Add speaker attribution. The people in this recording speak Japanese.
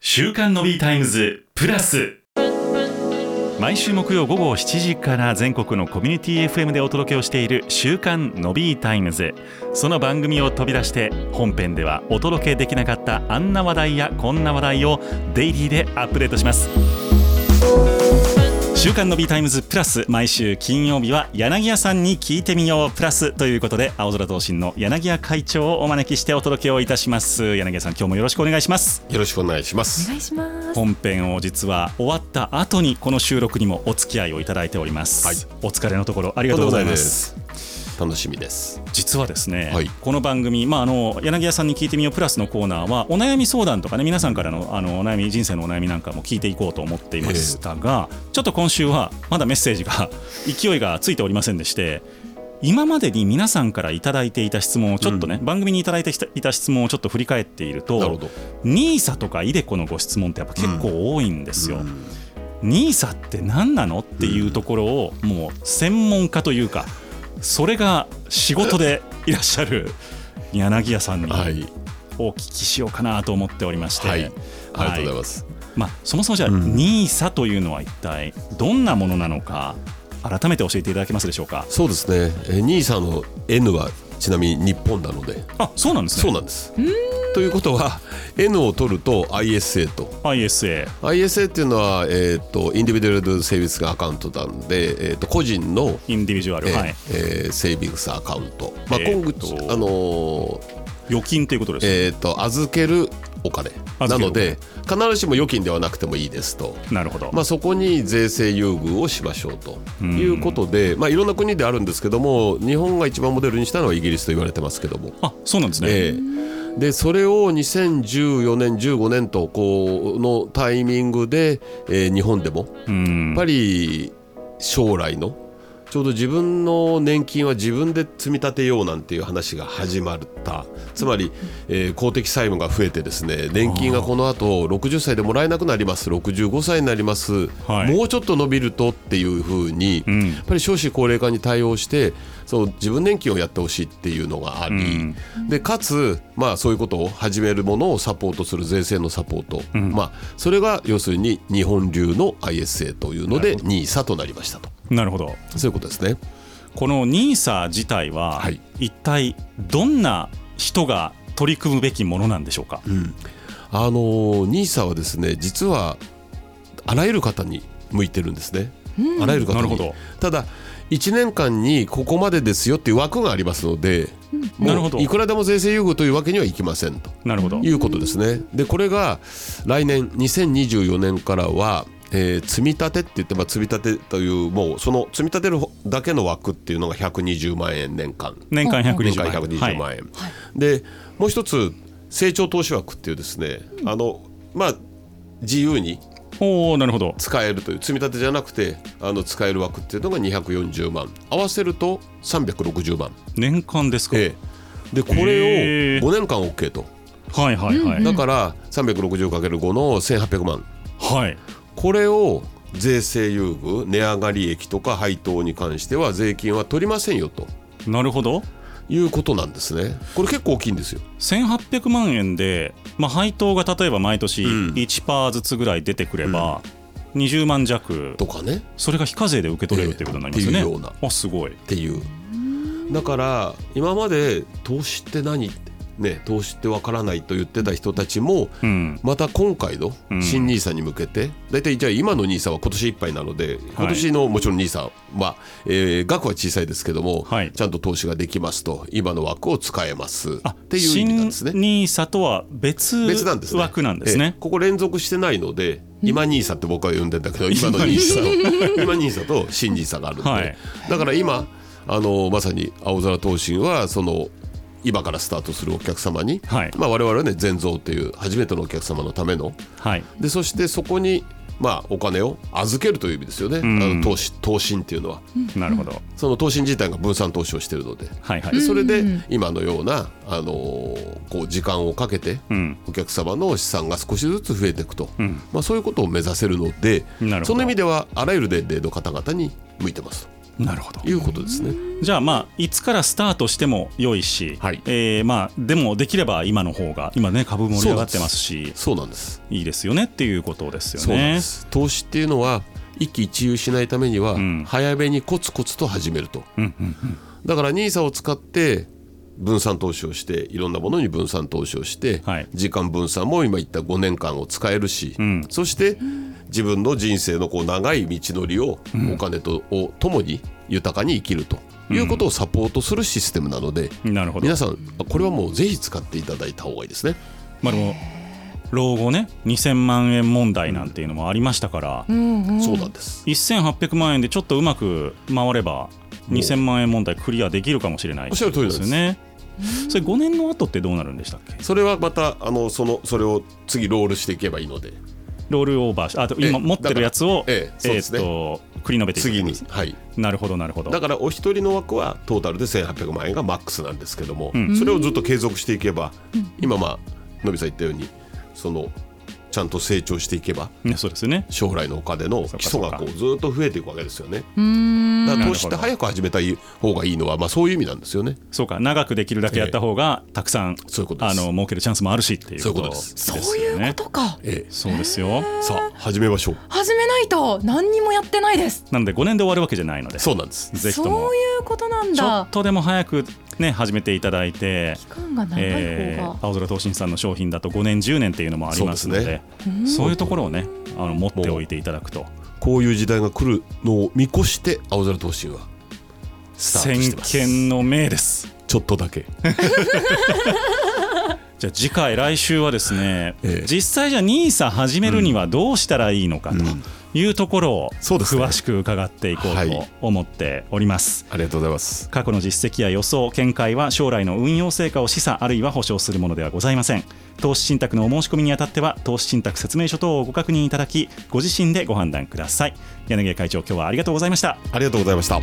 Speaker 1: 週刊のビータイムズプラス毎週木曜午後7時から全国のコミュニティ FM でお届けをしている週刊のビータイムズその番組を飛び出して本編ではお届けできなかったあんな話題やこんな話題をデイリーでアップデートします週刊のビータイムズプラス毎週金曜日は柳屋さんに聞いてみようプラスということで青空同心の柳屋会長をお招きしてお届けをいたします柳屋さん今日もよろしくお願いします
Speaker 2: よろしくお願いします。
Speaker 3: 願いします。
Speaker 1: 本編を実は終わった後にこの収録にもお付き合いをいただいております、
Speaker 2: はい
Speaker 1: お疲れのところありがとうございます
Speaker 2: 楽しみです。
Speaker 1: 実はですね、
Speaker 2: はい
Speaker 1: この番組、まあ、あの柳屋さんに聞いてみようプラスのコーナーはお悩み相談とかね皆さんからのあのお悩み人生のお悩みなんかも聞いていこうと思っていましたが、ちょっと今週はまだメッセージが勢いがついておりませんでして今までに皆さんから頂いただいていた質問をちょっとね、番組に頂いただいてきたいた質問をちょっと振り返っていると
Speaker 2: なるほど。
Speaker 1: ニーサとかイデコのご質問ってやっぱ結構多いんですよ。ニーサって何なのっていうところをもう専門家というかそれが仕事でいらっしゃる柳屋さんに
Speaker 2: はい。
Speaker 1: お聞きしようかなと思っておりまして、
Speaker 2: はい。ありがとうございます。
Speaker 1: まあ、そもそもじゃあ
Speaker 2: うん
Speaker 1: ニーサというのは一体どんなものなのか改めて教えていただけますでしょうか。
Speaker 2: そうですね。えー兄さんの N はちなみに日本なので、
Speaker 1: あそうなんです
Speaker 2: そう
Speaker 1: ね。
Speaker 2: なんです。ということは N を取ると ISA と
Speaker 1: ISA。
Speaker 2: ISA っていうのはえっとインディビデュアルセービスアカウントなんで、えっと個人の
Speaker 1: インディビジュアル、
Speaker 2: えー
Speaker 1: はい、
Speaker 2: えーセービングスアカウント。まあ
Speaker 1: えー
Speaker 2: 今
Speaker 1: っと
Speaker 2: 後あのー
Speaker 1: 預金ということですね、
Speaker 2: えっと預けるお金
Speaker 1: 預
Speaker 2: な
Speaker 1: けるお金
Speaker 2: ので必ずしも預金ではなくてもいいですと。
Speaker 1: なるほど、
Speaker 2: まあ、そこに税制優遇をしましょうということで、まあ、いろんな国であるんですけども日本が一番モデルにしたのはイギリスと言われてますけども、
Speaker 1: あそうなんですね、
Speaker 2: ええでそれを2014年15年とこうのタイミングで、えー日本でもや
Speaker 1: うん
Speaker 2: っぱり将来のちょうど自分の年金は自分で積み立てようなんていう話が始まったつまり、えー公的債務が増えてですね年金がこの後60歳でもらえなくなります65歳になります、
Speaker 1: はい
Speaker 2: もうちょっと伸びるとっていうふうに、
Speaker 1: ん
Speaker 2: やっぱり少子高齢化に対応してそう自分年金をやってほしいっていうのがあり、
Speaker 1: ん
Speaker 2: でかつ、まあ、そういうことを始めるものをサポートする税制のサポート、まあ、それが要するに日本流の ISA というので NISA となりましたと
Speaker 1: なるほど
Speaker 2: そういうことですね。
Speaker 1: この NISA 自体は、
Speaker 2: はい
Speaker 1: 一体どんな人が取り組むべきものなんでしょうか、
Speaker 2: あのー NISA はですね実はあらゆる方に向いてるんですね、あらゆる方
Speaker 1: なるほ
Speaker 2: に
Speaker 1: ど
Speaker 2: ただ1年間にここまでですよっていう枠がありますので、もう
Speaker 1: なるほど
Speaker 2: いくらでも税制優遇というわけにはいきませんと
Speaker 1: なるほど
Speaker 2: いうことですねでこれが来年2024年からは、えー積み立てって言って、まあ、積み立てというもうその積み立てるだけの枠っていうのが120万円年間
Speaker 1: 年間120
Speaker 2: 年
Speaker 1: 万
Speaker 2: 間120万
Speaker 1: は
Speaker 2: 円、
Speaker 1: い
Speaker 2: でもう一つ成長投資枠っていうですねあのまあ自由に
Speaker 1: おおなるほど
Speaker 2: 使えるという積み立てじゃなくてあの使える枠っていうのが240万合わせると360万、
Speaker 1: 年間ですか、
Speaker 2: ええでこ
Speaker 1: へ
Speaker 2: れ
Speaker 1: え
Speaker 2: を5年間 OK と
Speaker 1: はいはいはい、
Speaker 2: だから 360×5 の1800万
Speaker 1: はい
Speaker 2: これを税制優遇値上がり益とか配当に関しては税金は取りませんよと
Speaker 1: なるほど
Speaker 2: いうことなんですねこれ結構大きいんですよ
Speaker 1: 1800万円で、まあ、配当が例えば毎年
Speaker 2: ん
Speaker 1: 1%ずつぐらい出てくれば、20万弱
Speaker 2: とかね
Speaker 1: それが非課税で受け取れるということになりますよ
Speaker 2: え
Speaker 1: ね、
Speaker 2: えっていうような
Speaker 1: あすごい
Speaker 2: っていうだから今まで投資って何ってね投資ってわからないと言ってた人たちも
Speaker 1: うん
Speaker 2: また今回の
Speaker 1: うん
Speaker 2: 新ニーサに向けて、大体じゃあ今のニーサは今年いっぱいなので、今年のもちろんニーサは、えー額は小さいですけども、
Speaker 1: はい
Speaker 2: ちゃんと投資ができますと今の枠を使えますっ
Speaker 1: あ
Speaker 2: ていう意味なんですね
Speaker 1: 新。NISA とは別
Speaker 2: 別なんですね
Speaker 1: 枠なんですね
Speaker 2: ええここ連続してないので今ニーサって僕は呼んでんだけど今のニー サと今ニーサと新ニーサがあるんで、
Speaker 1: はい
Speaker 2: だから今あのまさに青空投信はその今からスタートするお客様に、
Speaker 1: はい
Speaker 2: まあ、我々はね全蔵っていう初めてのお客様のための
Speaker 1: はい
Speaker 2: でそしてそこに、まあ、お金を預けるという意味ですよね、
Speaker 1: ん
Speaker 2: あの投資投信っていうのは
Speaker 1: なるほど
Speaker 2: その投信自体が分散投資をしているので
Speaker 1: はいはい
Speaker 2: でそれで今のような、あのーこう時間をかけて
Speaker 1: うん
Speaker 2: お客様の資産が少しずつ増えていくと、
Speaker 1: ん
Speaker 2: まあ、そういうことを目指せるので
Speaker 1: なるほど
Speaker 2: その意味ではあらゆる年齢の方々に向いてますと
Speaker 1: なるほど
Speaker 2: いうことですね。
Speaker 1: じゃあまあいつからスタートしても良いし、
Speaker 2: はい
Speaker 1: えーまあでもできれば今の方が今ね株も盛り上がってますし
Speaker 2: そうなんです。
Speaker 1: いいですよねっていうことですよね。
Speaker 2: そうなんです。投資っていうのは一喜一憂しないためには、
Speaker 1: ん
Speaker 2: 早めにコツコツと始めると。
Speaker 1: うんうんうん
Speaker 2: だからニーサを使って分散投資をしていろんなものに分散投資をして、
Speaker 1: はい
Speaker 2: 時間分散も今言った5年間を使えるし、
Speaker 1: ん
Speaker 2: そして自分の人生のこう長い道のりをお金と、をともに豊かに生きるということをサポートするシステムなので、
Speaker 1: なるほど
Speaker 2: 皆さんこれはもうぜひ使っていただいた方がいいですね。
Speaker 1: まあでも老後ね2000万円問題なんていうのもありましたから、
Speaker 2: そうなんです。
Speaker 1: 1800万円でちょっとうまく回れば2000万円問題クリアできるかもしれない
Speaker 2: おっしゃる通り
Speaker 1: で
Speaker 2: なん
Speaker 1: す
Speaker 2: で
Speaker 1: よね。
Speaker 2: す
Speaker 1: それ5年の後ってどうなるんでしたっけ
Speaker 2: それはまたあのそのそれを次ロールしていけばいいので
Speaker 1: ロールオーバーしあと
Speaker 2: ええ
Speaker 1: 今持ってるやつを
Speaker 2: ええそうですね
Speaker 1: っと繰り延べていく
Speaker 2: 次に、はい、
Speaker 1: なるほどなるほど
Speaker 2: だからお一人の枠はトータルで1800万円がマックスなんですけども、それをずっと継続していけば、今まあのびさん言ったようにそのちゃんと成長していけば
Speaker 1: ねそうですね
Speaker 2: 将来のお金の基礎がこうずっと増えていくわけですよねだから投資って早く始めた方がいいのは、まあ、そういう意味なんですよね
Speaker 1: そうか長くできるだけやった方がたくさん、
Speaker 2: そういうことで
Speaker 1: あ
Speaker 2: す
Speaker 1: の儲けるチャンスもあるしっていうこと
Speaker 2: そういうこと
Speaker 1: で
Speaker 2: ですす
Speaker 3: そういうことか。
Speaker 2: ええ
Speaker 1: そうですよ
Speaker 2: さあ始めましょう
Speaker 3: 始めないと何にもやってないです。
Speaker 1: なので5年で終わるわけじゃないので
Speaker 2: そうなんです
Speaker 1: ぜひ
Speaker 3: そ
Speaker 1: とも
Speaker 3: ういうことなん
Speaker 1: ちょっ
Speaker 3: だ。
Speaker 1: とでも早くね始めていただいて
Speaker 3: 期間が長い方が。
Speaker 1: えー青空投信さんの商品だと5年10年っていうのもありますので
Speaker 2: そ
Speaker 1: そうう
Speaker 2: で
Speaker 1: いうところをねあの持っておいていただくと
Speaker 2: こういう時代が来るのを見越して青空投資はスタートし
Speaker 1: 先
Speaker 2: てます
Speaker 1: 見の明です
Speaker 2: ちょっとだけ
Speaker 1: じゃあ次回来週はですね、
Speaker 2: ええ
Speaker 1: 実際じゃあ NISA 始めるにはどうしたらいいのかというところを
Speaker 2: そうですね
Speaker 1: 詳しく伺っていこう
Speaker 2: はい
Speaker 1: と思っております。
Speaker 2: ありがとうございます
Speaker 1: 過去の実績や予想、見解は将来の運用成果を示唆あるいは保証するものではございません。投資信託のお申し込みにあたっては、投資信託説明書等をご確認いただき、ご自身でご判断ください。柳家会長、今日はありがとうございました。
Speaker 2: ありがとうございました